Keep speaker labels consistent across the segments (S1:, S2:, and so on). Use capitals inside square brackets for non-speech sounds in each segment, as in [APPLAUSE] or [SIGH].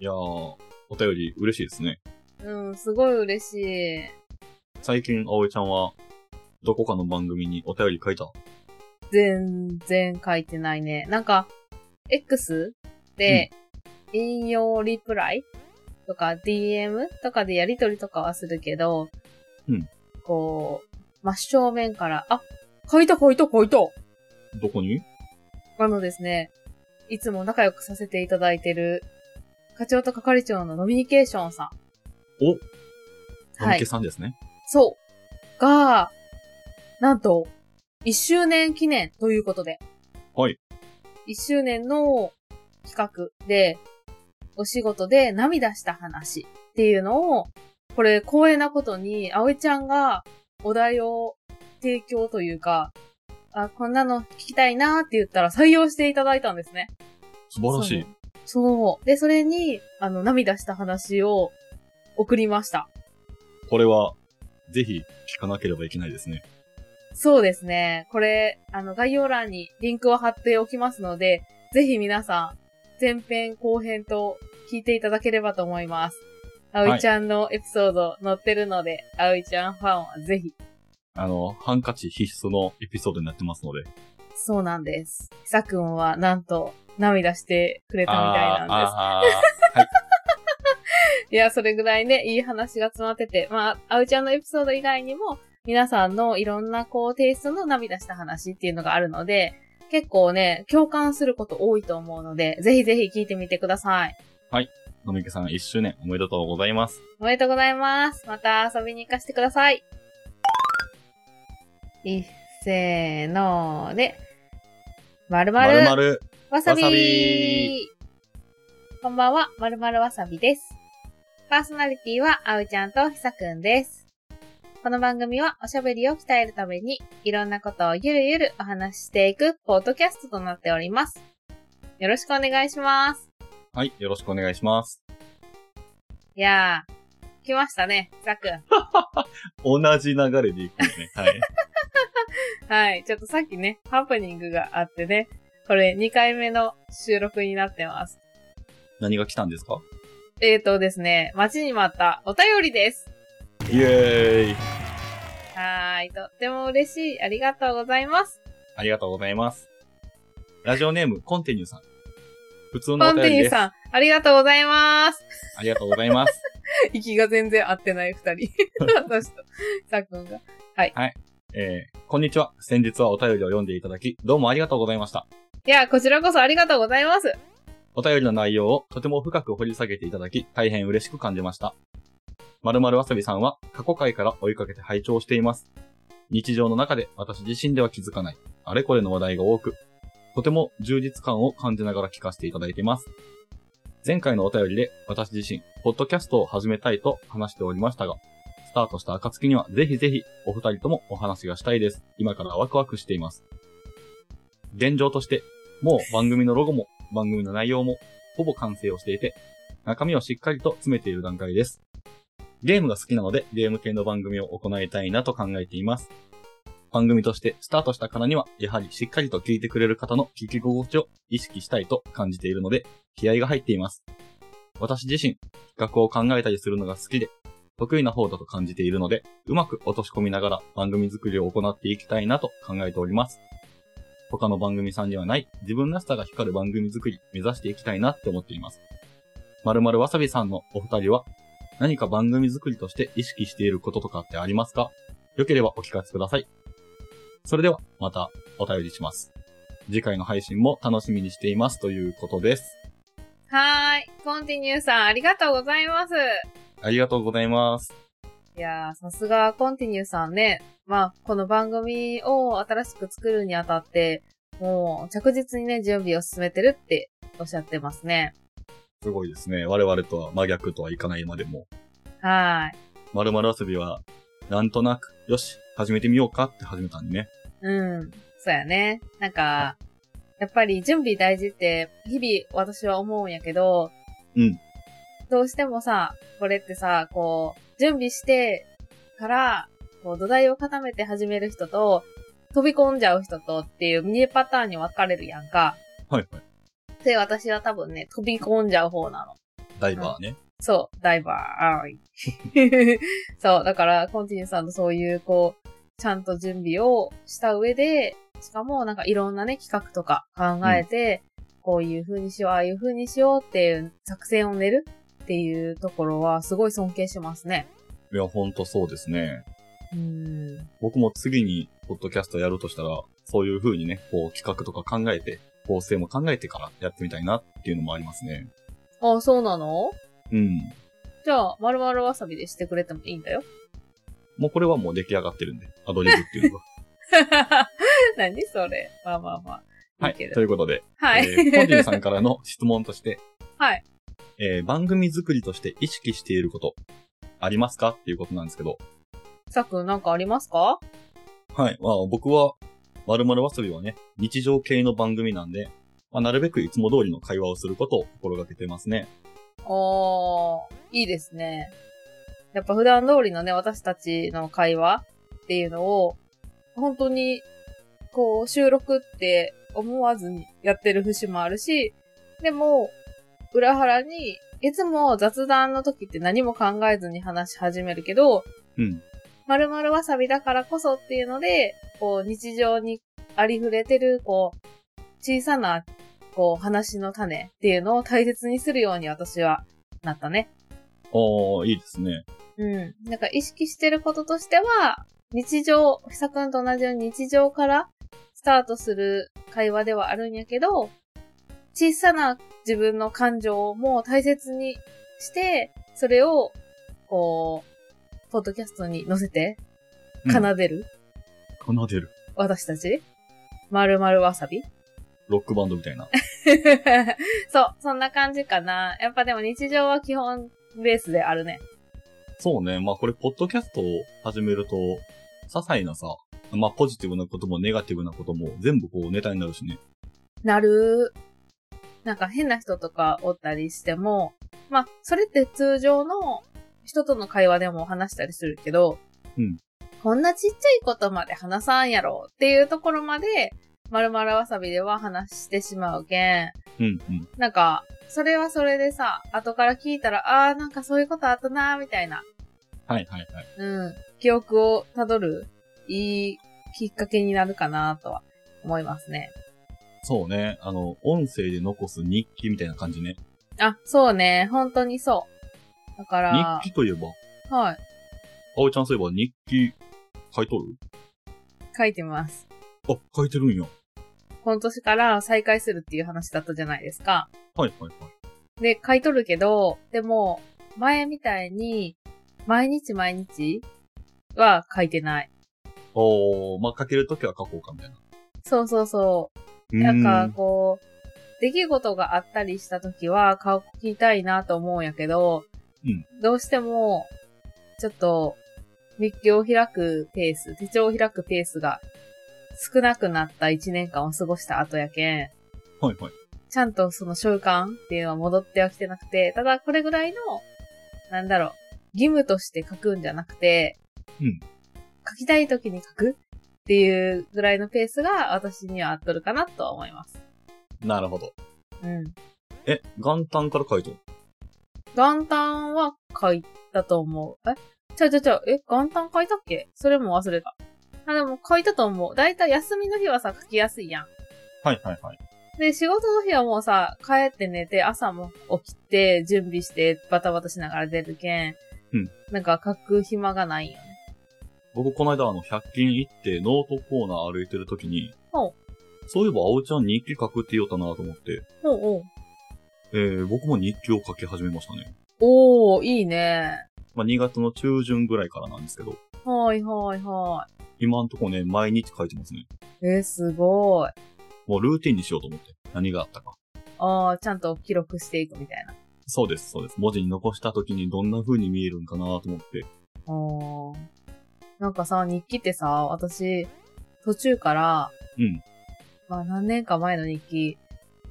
S1: いやー、お便り嬉しいですね。
S2: うん、すごい嬉しい。
S1: 最近、葵ちゃんは、どこかの番組にお便り書いた
S2: 全然書いてないね。なんか、X で、引用リプライとか DM とかでやりとりとかはするけど、
S1: うん
S2: こう、真正面から、あ、書いた書いた書いた
S1: どこに
S2: あのですね、いつも仲良くさせていただいてる、課長と係長のノミニケーションさん。
S1: おお
S2: は
S1: み
S2: い
S1: け。さんですね。
S2: そう。が、なんと、1周年記念ということで。
S1: はい。
S2: 1周年の企画で、お仕事で涙した話っていうのを、これ光栄なことに、葵ちゃんがお題を提供というか、あ、こんなの聞きたいなーって言ったら採用していただいたんですね。
S1: 素晴らしい。
S2: そう。そう。で、それに、あの、涙した話を送りました。
S1: これは、ぜひ、聞かなければいけないですね。
S2: そうですね。これ、あの、概要欄にリンクを貼っておきますので、ぜひ皆さん、前編後編と聞いていただければと思います。あ
S1: い
S2: おいちゃんのエピソード載ってるので、あおいちゃんファンはぜひ。
S1: あの、ハンカチ必須のエピソードになってますので。
S2: そうなんです。ひさくんは、なんと、涙してくれたみたいなんです。
S1: あ
S2: いや、それぐらいね、いい話が詰まってて、まあ、あおいちゃんのエピソード以外にも、皆さんのいろんな、こう、テイストの涙した話っていうのがあるので、結構ね、共感すること多いと思うので、ぜひぜひ聞いてみてください。
S1: ー。のみけさん1周年おめでとうございます。
S2: おめでとうございます。また遊びに行かせてください。いっせーのーで、まるま
S1: ま
S2: る
S1: るまる。
S2: わさび
S1: わさび
S2: こんばんは、まるまるわさびです。パーソナリティは、あうちゃんとひさくんです。この番組は、おしゃべりを鍛えるために、いろんなことをゆるゆるお話ししていく、ポッドキャストとなっております。よろしくお願いします。
S1: はい、よろしくお願いします。
S2: いやー、来ましたね、ひさくん。
S1: 同じ流れでいくんですね。
S2: [LAUGHS]
S1: はい。
S2: はい、ちょっとさっきね、ハプニングがあってね、これ2回目の収録になってます。
S1: 何が来たんですか
S2: えーとですね、待ちに待ったお便りです。
S1: イエーイ。
S2: はーい、とっても嬉しい。ありがとうございます。
S1: ありがとうございます。ラジオネーム、コンティニューさん。普通の
S2: コ
S1: お
S2: ン
S1: 便
S2: ティ
S1: り
S2: ニュ
S1: です。
S2: ーさん、ありがとうございます。 [LAUGHS]
S1: ありがとうございます。
S2: 息が全然合ってない
S1: [LAUGHS]
S2: 二人。私と、さっくんが。
S1: えー、こんにちは。先日はお便りを読んでいただき、どうもありがとうございました。
S2: いや、こちらこそありがとうございます。
S1: お便りの内容をとても深く掘り下げていただき、大変嬉しく感じました。まるまるわさびさんは過去回から追いかけて拝聴しています。日常の中で私自身では気づかない、あれこれの話題が多く、とても充実感を感じながら聞かせていただいています。前回のお便りで私自身、ポッドキャストを始めたいと話しておりましたが、スタートした暁にはぜひぜひお二人ともお話がしたいです。今からワクワクしています。現状として、もう番組のロゴも番組の内容もほぼ完成をしていて、中身をしっかりと詰めている段階です。ゲームが好きなので、ゲーム系の番組を行いたいなと考えています。番組としてスタートしたからには、やはりしっかりと聞いてくれる方の聞き心地を意識したいと感じているので、気合が入っています。私自身、企画を考えたりするのが好きで、得意な方だと感じているので、うまく落とし込みながら番組作りを行っていきたいなと考えております。他の番組さんにはない自分らしさが光る番組作り目指していきたいなって思っています。まるまるわさびさんのお二人は何か番組作りとして意識していることとかってありますかよければお聞かせください。それではまたお便りします。次回の配信も楽しみにしていますということです。
S2: はーい、コンティニューさん、ありがとうございます。
S1: ありがとうございます。
S2: いやー、さすがコンティニューさんね。まあ、この番組を新しく作るにあたって、もう着実にね、準備を進めてるっておっしゃってますね。
S1: すごいですね。我々とは真逆とはいかないまでも、
S2: はーい。
S1: まるまるわさびはなんとなく、よし、始めてみようかって始めたんでね。
S2: うん。そうやね。なんか、やっぱり準備大事って、日々私は思うんやけど、
S1: うん。
S2: どうしてもさ、これってさ、こう、準備してから、こう、土台を固めて始める人と、飛び込んじゃう人とっていう2パターンに分かれるやんか。
S1: はいはい。
S2: で、私は多分ね、飛び込んじゃう方なの。
S1: ダイバーね。
S2: そう、ダイバー。 [LAUGHS] そう、だから、コンティニューさんのそういう、こう、ちゃんと準備をした上で、しかも、なんかいろんなね、企画とか考えて、こういう風にしよう、ああいう風にしようっていう作戦を練るっていうところは、すごい尊敬しますね。
S1: いや、ほんとそうですね。
S2: うん。
S1: 僕も次に、ポッドキャストやるとしたら、そういう風にね、こう企画とか考えて、構成も考えてからやってみたいなっていうのもありますね。
S2: あ、そうなの
S1: うん。
S2: じゃあ、まるまるわさびでしてくれてもいいんだよ。 [LAUGHS]
S1: もうこれはもう出来上がってるんで、アドリブっていう
S2: [LAUGHS]
S1: のが。
S2: 何それ。まあまあまあ。
S1: はいい
S2: け。
S1: と
S2: る
S1: いうことで、
S2: はい。
S1: えーコンディさんからの質問として、
S2: [LAUGHS] はい。
S1: えー番組作りとして意識していること、ありますかっていうことなんですけど、
S2: [LAUGHS] さっくんなんかありますか
S1: はい。まあ僕は、まるまるわさびはね、日常系の番組なんで、まあ、なるべくいつも通りの会話をすることを心がけてますね。
S2: おー、いいですね。やっぱ普段通りのね、私たちの会話っていうのを、本当に、こう、収録って思わずにやってる節もあるし、でも、裏腹に、いつも雑談の時って何も考えずに話し始めるけど、
S1: うん。
S2: まるまるわさびだからこそっていうので、こう、日常にありふれてる、こう、小さな、こう、話の種っていうのを大切にするように私はなったね。
S1: ああ、いいですね。
S2: うん。なんか意識してることとしては、日常、ひさくんと同じように日常からスタートする会話ではあるんやけど、小さな自分の感情をもう大切にして、それを、こう、ポッドキャストに乗せて奏でる。
S1: 奏でる。
S2: 私たちまるまるわさび [LAUGHS]
S1: ロックバンドみたいな。
S2: そう、そんな感じかな。やっぱでも日常は基本ベースであるね。
S1: そうね。まあこれ、ポッドキャストを始めると、些細なさ、まあポジティブなこともネガティブなことも全部こうネタになるしね。
S2: なるなんか変な人とかおったりしても、まあ、それって通常の人との会話でも話したりするけど、
S1: うん
S2: こんなちっちゃいことまで話さんやろっていうところまで、まるまるわさびでは話してしまうけん、
S1: うんうん。
S2: なんか、それはそれでさ、後から聞いたら、あーなんかそういうことあったなーみたいな、
S1: はいはいはい。
S2: うん、記憶をたどるいいきっかけになるかなとは思いますね。
S1: そうね。あの、音声で残す日記みたいな感じね。
S2: あ、そうね、本当にそう。だから、
S1: 日記といえば、
S2: はい、
S1: 葵ちゃんそういえば日記書いとる
S2: 書いてます。
S1: あ、書いてるんや。
S2: 今年から再開するっていう話だったじゃないですか。
S1: はいはいはい。
S2: で、買い取るけど、でも、前みたいに、毎日毎日は書いてない。
S1: おー、まあ、書けるときは書こうかみたいな。
S2: そうそうそう。なんかこう、出来事があったりした時は顔聞きたいなと思うんやけど、
S1: うん
S2: どうしても、ちょっと、日記を開くペース、手帳を開くペースが少なくなった1年間を過ごした後やけん、
S1: うーん。はいはい。
S2: ちゃんとその習慣っていうのは戻ってはきてなくて、ただこれぐらいの、なんだろう、義務として書くんじゃなくて、
S1: うん
S2: 書きたい時に書くっていうぐらいのペースが私には合っとるかなとは思います。
S1: なるほど。
S2: うん。
S1: え、元旦から書いとる
S2: 元旦は書いたと思う。えちゃうちゃうちゃう。え元旦書いたっけそれも忘れた。あ、でも書いたと思う。だいたい休みの日はさ、書きやすいやん。
S1: はいはいはい。
S2: で、仕事の日はもうさ、帰って寝て、朝も起きて、準備して、バタバタしながら出るけん。
S1: うん。
S2: なんか書く暇がないよね。
S1: 僕、この間、あの、100均行って、ノートコーナー歩いてるときに
S2: ほう、
S1: そういえば、葵ちゃん日記書くって言おうたなと思って、
S2: おうおう。
S1: えー、僕も日記を書き始めましたね。
S2: おー、いいね。
S1: まあ、2月の中旬ぐらいからなんですけど、
S2: はいはいは
S1: 今んとこね、毎日書いてますね。
S2: い。え、すごい。
S1: もうルーティンにしようと思って、何があったか。
S2: ああ、ちゃんと記録していくみたいな。
S1: そうです、そうです。文字に残した時にどんな風に見えるんかなと思って。
S2: あーなんかさ、日記ってさ、私、途中から、
S1: うん。
S2: まあ何年か前の日記、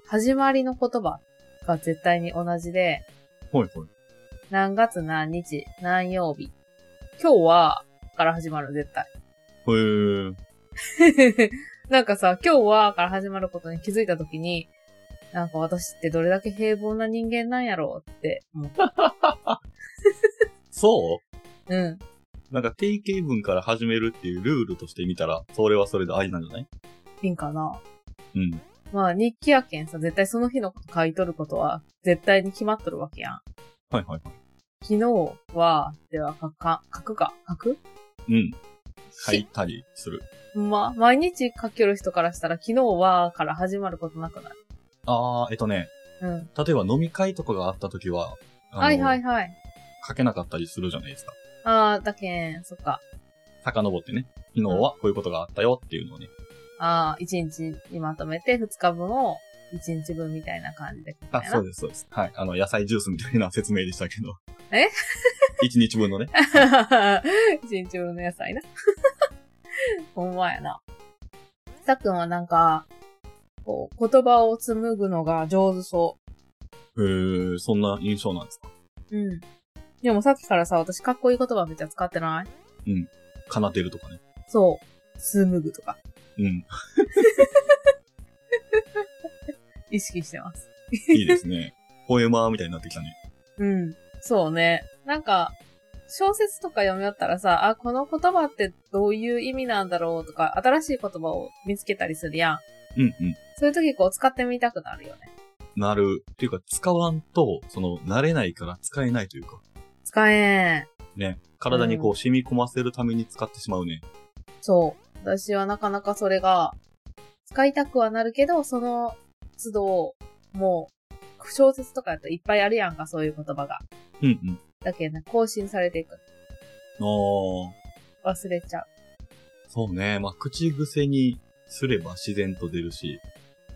S2: 始まりの言葉が絶対に同じで、
S1: ほいほい。
S2: 何月何日、何曜日。今日は、から始まる、絶対。
S1: へー。
S2: [LAUGHS] なんかさ、今日は、から始まることに気づいたときに、なんか私ってどれだけ平凡な人間なんやろうって思った。
S1: そ
S2: うん。
S1: うなんか定型文から始めるっていうルールとして見たら、それはそれでありなんじゃない
S2: いいんかな。
S1: うん。
S2: まあ日記やけんさ、絶対その日のこと書いとることは絶対に決まっとるわけやん。
S1: はいはいは
S2: 昨日は、では書か、書くか書く
S1: い。うん。書いたりする。
S2: まあ、毎日書きよる人からしたら昨日はから始まることなくない
S1: あー、えっとね、
S2: うん。
S1: 例えば飲み会とかがあった時は、あの
S2: はいはいはい。
S1: 書けなかったりするじゃないですか。
S2: ああ、だけん、そっか。
S1: 遡ってね、昨日はこういうことがあったよっていうのをね。
S2: ああ、1日にまとめて2日分を1日分みたいな感じで書くん
S1: あ、
S2: やな。
S1: そうです、そうです。はい。あの、野菜ジュースみたいな説明でしたけど。
S2: [LAUGHS] え
S1: [LAUGHS] 一日分のね。
S2: [LAUGHS] 一日分の野菜な。 [LAUGHS] ほんまやな。さっくんはなんか、こう、言葉を紡ぐのが上手そ
S1: えー、そんな印象なんですか
S2: う。うん。でもさっきからさ、私かっこいい言葉めっちゃ使ってない
S1: 奏でるとかね。
S2: そう。紡ぐとか。
S1: うん。
S2: 意識してます。
S1: いいですね。 [LAUGHS] ポエマーみたいになってきたね。
S2: うん。そうね。なんか、小説とか読み合ったらさ、あ、この言葉ってどういう意味なんだろうとか、新しい言葉を見つけたりするやん。
S1: うんうん。
S2: そういう時こう使ってみたくなるよね。
S1: なる。っていうか、使わんと、その、慣れないから使えないというか、
S2: 使えん。
S1: ね。体にこう、染み込ませるために使ってしまうね。
S2: そう。私はなかなかそれが、使いたくはなるけど、その都度、もう、小説とかやといっぱいあるやんか、そういう言葉が。
S1: うんうん。
S2: だけどね、更新されていく。
S1: あー、
S2: 忘れちゃ
S1: そうね。まあ、口癖にすれば自然と出るし、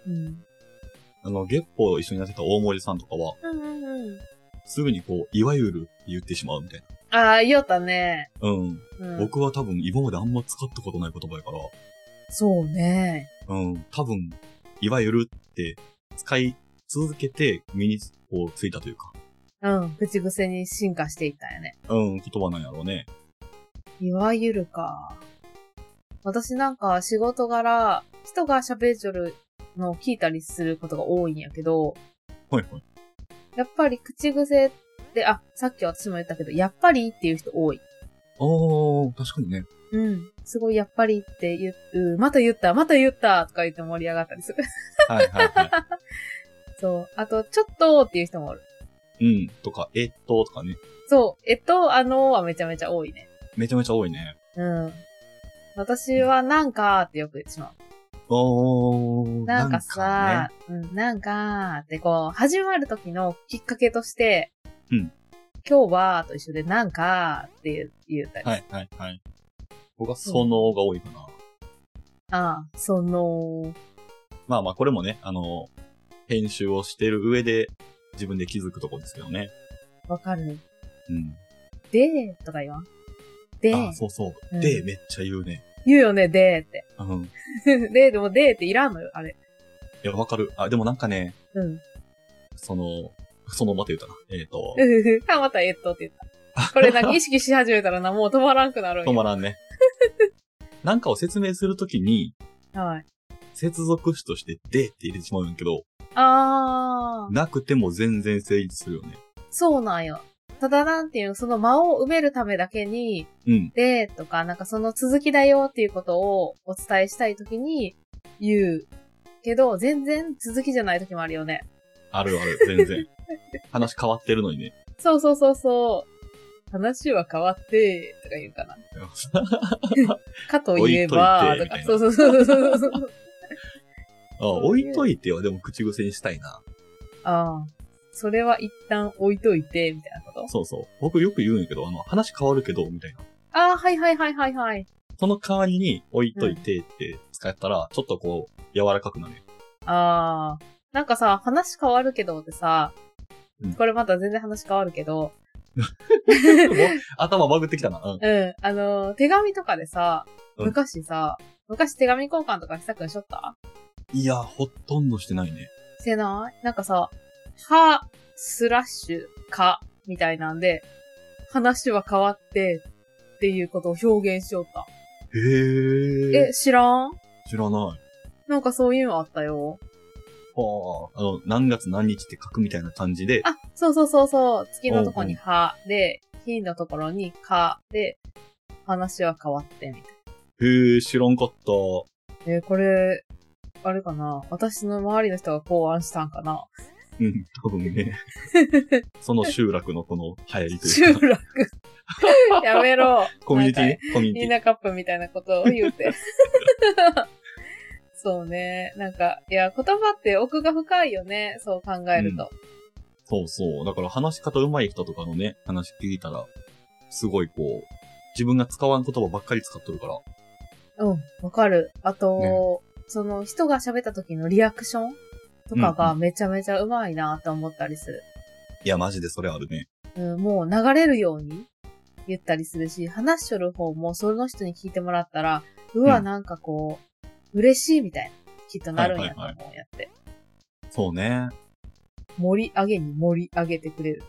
S2: う。うん。
S1: あの、月歩一緒にやってた大森さんとかは、
S2: うんうんうん。
S1: すぐにこう、いわゆる言ってしまうみたい
S2: ああ、言おったね。
S1: な。うん。
S2: うん。
S1: 僕は多分今まであんま使ったことない言葉やから、
S2: そうね。
S1: うん。多分、いわゆるって使い続けて身にこうついたというか、
S2: うん。口癖に進化していったよね。
S1: うん、言葉なんやろうね。
S2: いわゆるか。私なんか仕事柄、人が喋っちょるのを聞いたりすることが多いんやけど、
S1: はいはい。
S2: やっぱり口癖って、あ、さっき私も言ったけど、やっぱりっていう人多い。
S1: あー、確かにね。
S2: うん。すごいやっぱりって言う、また言った、また言ったとか言って盛り上がったりする。 [LAUGHS]
S1: はいはいは
S2: そう。あと、ちょっとっていう人もおる。
S1: い。うん。とか、えっと、とかね。
S2: そう。えっと、あのはめちゃめちゃ多いね。
S1: めちゃめちゃ多いね。
S2: うん。私はなんかってよく言ってしま
S1: おー。
S2: う。なんかさ
S1: ね、
S2: うん、なんかってこう、始まる時のきっかけとして、
S1: うん。
S2: 今日はと一緒でなんかって言う言ったり。
S1: はいはいはい。僕はそのが多いかな。
S2: ああ、その、
S1: まあまあ、これもね、あの、編集をしてる上で自分で気づくとこですけどね。
S2: わかる。
S1: うん。
S2: で、とか言わん。で、
S1: あ、そうそう。
S2: うん
S1: で、めっちゃ言うね。
S2: 言うよね、でって。 [LAUGHS]
S1: うん。い
S2: で、でもでっていらんのよ、あれ。
S1: や、わかる。あ、でもなんかね、
S2: うん。
S1: その、そのまた言うたな。えっ、と、
S2: [LAUGHS] あ、またえっとって言った。これなんか意識し始めたらな、もう止まらんくなるん
S1: 止ま
S2: よ。
S1: らんね。 [LAUGHS] なんかを説明するときに、
S2: はい。
S1: 接続詞としてでって入れてしまうんやけど、
S2: あー、
S1: なくても全然成立するよね。
S2: そうなんよ。ただなんていうの、その間を埋めるためだけに、
S1: うん。
S2: でとか、なんかその続きだよっていうことをお伝えしたいときに言う。けど、全然続きじゃないときもあるよね。
S1: あるある、全 [LAUGHS] 然。話変わってるのにね。
S2: そうそうそうそう。話は変わって、とか言うかな。かといえば、
S1: 置いと
S2: と
S1: いて
S2: か。そうそうそうそうそう。 [LAUGHS]
S1: あ、
S2: ういう
S1: 置いといてはでも口癖にしたいな。
S2: ああ。それは一旦置いといて、みたいなこと
S1: そうそう。僕よく言うんやけど、あの、話変わるけど、みたいな。
S2: ああ、はいはいはいはいはい。
S1: その代わりに置いといてって使ったら、ちょっとこう、柔らか
S2: [LAUGHS]
S1: くなるよ。
S2: ああ。なんかさ、話変わるけどってさ
S1: うん、
S2: これまた全然話変わるけど、
S1: もう頭バグってきたな。うん。
S2: うん、あのー、手紙とかでさ、
S1: うん
S2: 昔さ、昔手紙交換とかしたくんしょった
S1: いや、ほとんどしてないね。
S2: してないなんかさ、は、スラッシュ、か、みたいなんで、話は変わって、っていうことを表現しよった。
S1: へー。
S2: え、知らん
S1: 知らない。
S2: なんかそういうのあったよ。
S1: あほう。あの、何月何日って書くみたいな感じで、
S2: あ、そうそうそうそう。月のとこには、で、日のところにか、で、話は変わって、みたい
S1: へえ、知らんかった。
S2: な。えーこれ、あれかな私の周りの人が考案したんかな
S1: うん、多分
S2: [LAUGHS]
S1: ね。その集落のこの流行りとい
S2: 集
S1: うか、
S2: [LAUGHS] 落。やめろ。
S1: コミュニティ
S2: なん
S1: ね
S2: か
S1: コミュ
S2: リー
S1: ニテ
S2: ナカップみたいなことを言う [LAUGHS] て。そうね。なんか、いや、言葉って奥が深いよね。そう考えると。
S1: ィ。そうそう。だから話し方上手い人とかのね、話聞いたら、すごいこう、自分が使わん言葉ばっかり使っとるから。
S2: うん、わ、かる。あと、その人が喋った時のリアクションとかがめちゃめちゃうまいなと思ったりする。
S1: いや、マジでそれあるね。
S2: うん、もう流れるように言ったりするし、話しとる方もその人に聞いてもらったら、うわ、
S1: うん
S2: なんかこう、嬉しいみたいな、きっとなるんやと思う、
S1: はい
S2: やって。
S1: そうね。
S2: 盛り上げに盛り上げてくれる。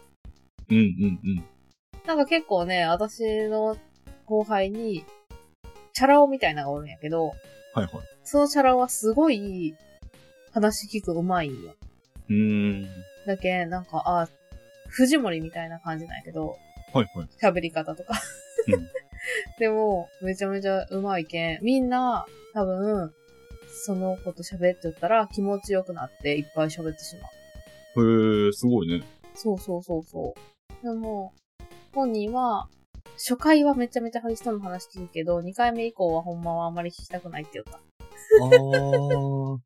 S1: うんうんうん。
S2: なんか結構ね、私の後輩に、チャラ男みたいなのがおるんやけど、
S1: はいはい。
S2: そのチャラ男はすごい、話聞くうまいんよ。
S1: うーん。
S2: だけ、なんか、あ、藤森みたいな感じなんやけど、
S1: はいはい。
S2: 喋り方とか。
S1: うん
S2: [LAUGHS] でも、めちゃめちゃうまいけん。みんな、多分、その子と喋ってたら気持ちよくなっていっぱい喋ってしまう。
S1: へえ、すごいね。
S2: そうそうそうそう。でも、本人は、初回はめちゃめちゃ激しそうな話聞くけど、2回目以降はほんまはあんまり聞きたくないって言った。
S1: あ [LAUGHS] ー。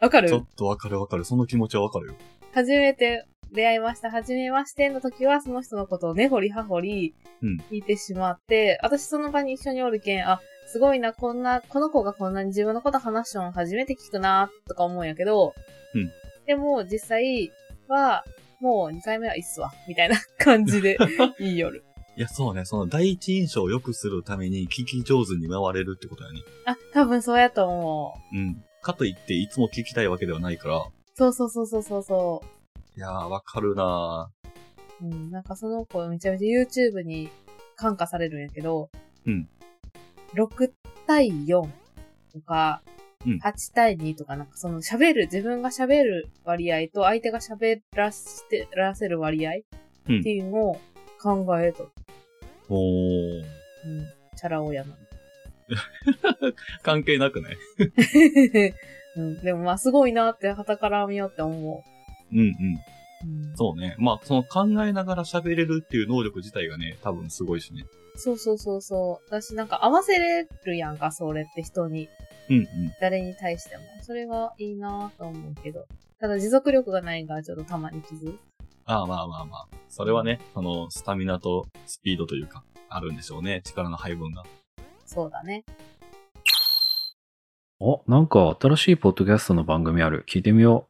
S2: わか
S1: ちょ
S2: る
S1: っとわかるわかる。その気持ちはわかるよ。
S2: 初めて出会いました、初めましての時はその人のことを根掘り葉掘り
S1: うん、
S2: 聞いてしまって、私その場に一緒におるけん、あ、すごいな、こんな、この子がこんなに自分のこと話しとん初めて聞くな、とか思うんやけど、
S1: うん
S2: でも実際は、もう2回目はいいっすわ、みたいな感じ
S1: [LAUGHS]
S2: で言いよる。
S1: いや、そうね。その第一印象を良くするために聞き上手に回れるってことやね。
S2: あ、多分そうやと思う。
S1: うん。かといって、いつも聞きたいわけではないから。
S2: そうそうそうそうそうそ
S1: いやー、わかるな
S2: う。うん、なんかその子めちゃめちゃ YouTube に感化されるんやけど、
S1: うん。
S2: 6対4とか、
S1: うん
S2: 8対2とか、なんかその喋る、自分が喋る割合と相手が喋らせて、らせる割合って
S1: うん
S2: いうのを考えとる。
S1: ー。おー。
S2: うん。チャラ男やな。 [LAUGHS]
S1: 関係なくね。
S2: うん、でもまあすごいなって旗から見ようって思
S1: うんうん。
S2: う。うん、
S1: そうね。まあ、その考えながら喋れるっていう能力自体がね、多分すごいしね。
S2: そうそうそうそう。だし、なんか合わせれるやんか、それって人に。
S1: うんうん。
S2: 誰に対しても。それがいいなぁと思うけど。ただ持続力がないからちょっとたまに傷。
S1: ああまあまあまあ。それはね、その、スタミナとスピードというか、あるんでしょうね。力の配分が。
S2: そうだね。
S3: あ、なんか新しいポッドキャストの番組ある。聞いてみよ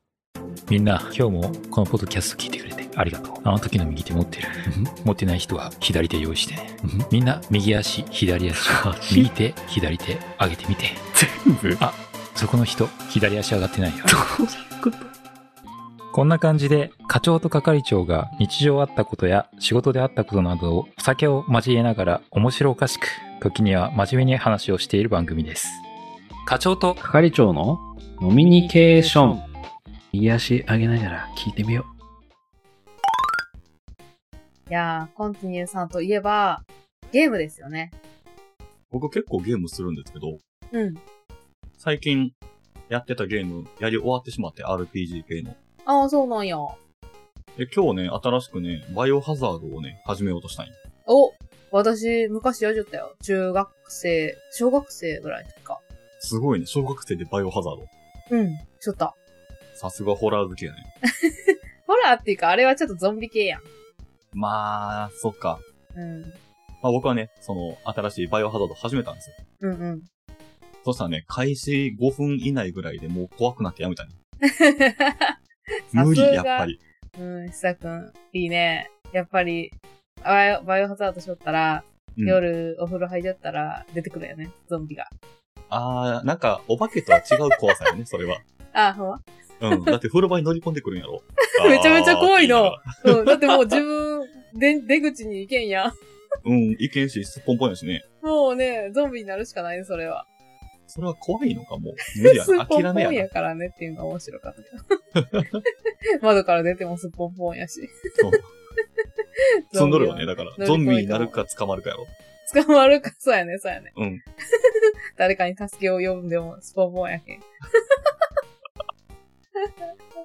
S4: みんな今日もこのポッドキャスト聞いてくれてありがとうあの時の右手持ってる持ってない人は左手用意してね
S3: う。
S4: みんな右足
S3: [LAUGHS]
S4: 左足右手左手上げてみて
S3: 全部
S4: あそこの人左足上がってないよ
S3: ういうこと
S4: こんな感じで課長と係長が日常あったことや仕事であったことなどをお酒を交えながら面白おかしく時には真面目に話をしている番組です課長と
S3: 係長の飲みニケーション。右足上げながら聞いてみよ
S2: いやー、コンティニューさんといえば、ゲームですよね。
S1: 僕結構ゲームするんですけど、
S2: うん。
S1: 最近、やってたゲーム、やり終わってしまって、RPG 系の。
S2: ああ、そうなんや。お
S1: で、今日ね、新しくね、バイオハザードをね、始めようとしたい。
S2: 私、昔やじったよ。中学生、小学生ぐらいの時か。
S1: すごいね、小学生でバイオハザード。
S2: うん。ちょっと。
S1: さすがホラー好きやね。
S2: ホラーっていうか、あれはちょっとゾンビ系やん。
S1: まあ、そっか。
S2: うん。
S1: まあ僕はね、その、新しいバイオハザード始めたんですよ。
S2: うんうん。 [LAUGHS]
S1: そしたらね、開始5分以内ぐらいでもう怖くなってやめたね。無理、
S2: さすが
S1: やっぱり。
S2: うん、久くん。いいね。やっぱり、バイオバイオハザードしよったら、
S1: うん
S2: 夜お風呂入っちゃったら出てくるよね、ゾンビが。
S1: あー、なんか、お化けとは違う怖さよね、それは。
S2: あ、ほんま。
S1: うん。だって風呂場に乗り込んでくるんやろ
S2: [LAUGHS] めちゃめちゃ怖いな
S1: あーって
S2: うん、だっ
S1: [LAUGHS]
S2: てもう自分、で、出口に行けんやん。
S1: 言いながらうん、いけんし、すっぽんぽんやしね。
S2: もうね、ゾンビになるしかないね、それは。
S1: それは怖いのか、もう。無理や
S2: スー
S1: な。
S2: [LAUGHS] ポン
S1: 諦
S2: ポ
S1: め
S2: ン
S1: や
S2: やからねっていうのが面白かったけど。窓から出てもすっぽんぽんやし。 [LAUGHS]
S1: そう。積んどるよね。
S2: ゾ
S1: だ
S2: ン
S1: から、
S2: 乗り越えた
S1: ゾンビになるか捕まるかやろ。
S2: ビを捕まるか、そうやね、そうやね。
S1: うん。
S2: [LAUGHS] 誰かに助けを呼んでもすっぽんぽんやけん。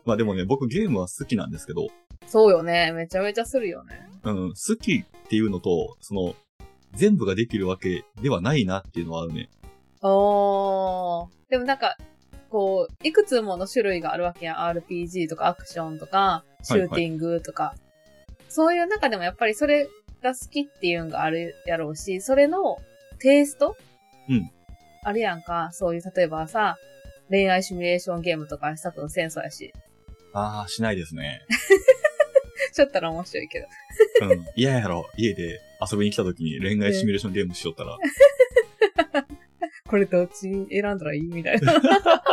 S1: まあでもね、僕ゲームは好きなんですけど、
S2: そうよね。めちゃめちゃするよね。
S1: うん、好きっていうのと、その、全部ができるわけではないなっていうのはあるね。
S2: おー。でもなんか、こう、いくつもの種類があるわけやん。RPG とかアクションとか、シューティングとか。そういう中でもやっぱりそれが好きっていうのがあるやろうし、それのテイスト
S1: うん。
S2: あるやんか。そういう、例えばさ、恋愛シミュレーションゲームとかしたくのセンスやし。 [LAUGHS]
S1: ああ、しないですね。
S2: ちょっとら面白いけど。
S1: うん。嫌やろ。家で遊びに来た時に恋愛シミュレーションゲームしよったら、
S2: これどっち選んだらいいみた
S1: [LAUGHS]
S2: いな。なんか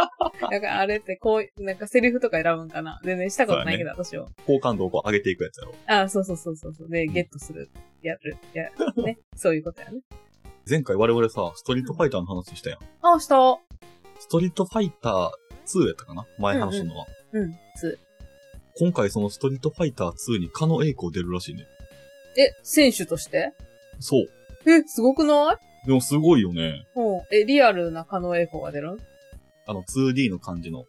S2: あれってこう、なんかセリフとか選ぶんかな全然したことないけど、私は。
S1: 好感度をこう上げていくやつやろ。
S2: あそうそうそうそうそう。で、ゲットする。やる。やる。 [LAUGHS] ね。そういうことやね。
S1: 前回我々さ、ストリートファイターの話したやん。
S2: あ、した。
S1: ストリートファイター2やったかな前話したのは。
S2: うん。つ。
S1: 今回そのストリートファイター2にカノエイコ出るらしいね。
S2: え、選手として
S1: そう。
S2: え、すごくない
S1: でもすごいよね。
S2: うん。え、リアルな狩野英孝が出る
S1: あの 2D の感じの。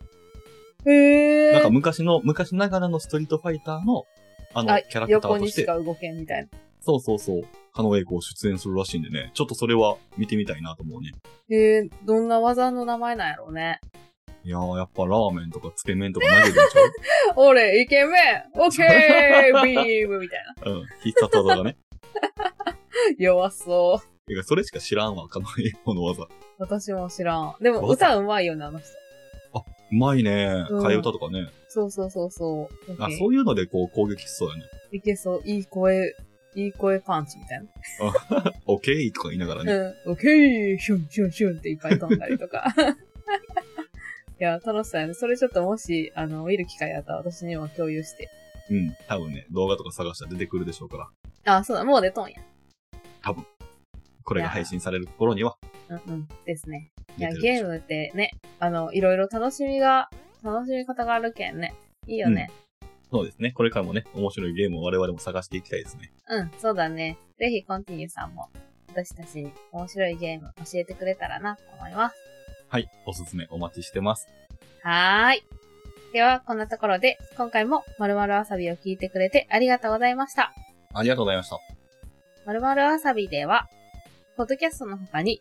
S2: へえ。
S1: なんか昔の、昔ながらのストリートファイターの、あの、
S2: あ
S1: キャラクタ
S2: 横
S1: ーと
S2: に
S1: して
S2: し、か動けんみたいな。
S1: そうそうそう、カノエイコを出演するらしいんでね、ちょっとそれは見てみたいなと思うね。
S2: へえ、どんな技の名前なんやろうね。
S1: いやー、やっぱラーメンとかつけ麺とか投げてるんちゃう
S2: [LAUGHS] 俺、イケメンオッケ [LAUGHS] ービームみたいな。
S1: うん、必殺技だね。
S2: 弱そう。
S1: てか、それしか知らんわ、カノエイコの技。う
S2: 私も知らん。でも、歌うまいよね、あの人。
S1: まいね
S2: うん
S1: 替え歌とかね。
S2: そうそうそうそう。
S1: あ、そういうのでこう攻撃しそうやね。
S2: いけそう。いい声、いい声パンチみたいな。
S1: オッケーとか言いながらね。
S2: うん。オッケーシュンシュンシュンっていっぱい飛んだりとか。 [LAUGHS] いや、楽しそうやね。それちょっともし、あの、見る機会あったら私にも共有して。
S1: うん、多分ね、動画とか探したら出てくるでしょうから。
S2: あ、そうだ、もう出とんや。
S1: これが配信される頃には
S2: うんうん。ですね。い
S1: 出
S2: や、
S1: てるで
S2: ゲ
S1: しょ
S2: ー
S1: う。
S2: ムってね、あの、いろいろ楽しみが、楽しみ方があるけんね。いいよね。
S1: そうですね。これからもね、面白いゲームを我々も探していきたいですね。
S2: うん、そうだね。ぜひ、コンティニューさんも、私たちに面白いゲーム教えてくれたらなと思います。
S1: はい、おすすめお待ちしてます。
S2: はーい。では、こんなところで、今回も〇〇わさびを聞いてくれてありがとうございました。
S1: ありがとうございました。
S2: まるまるわさびでは、ポッドキャストの他に、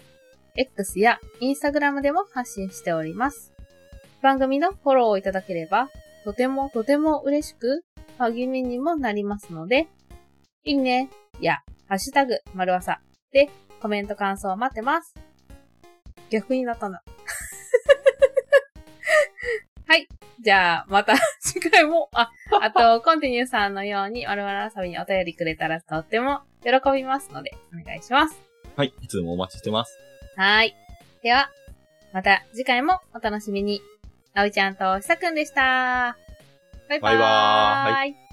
S2: X や Instagram でも発信しております。番組のフォローをいただければ、とてもとても嬉しく、励みにもなりますので、いいね、や、ハッシュタグ、まるわさで、コメント感想を待ってます。逆になったな。 [LAUGHS] はい。じゃあ、また次回も、あ、あと、コンティニューさんのように、我々遊びにお便りくれたらとっても喜びますので、お願いします。
S1: はい、いつでもお待ちしてます。
S2: はーい。では、また次回もお楽しみに。あおいちゃんとひさくんでした。バイバー
S1: バ
S2: イ。
S1: イバーイ
S2: イ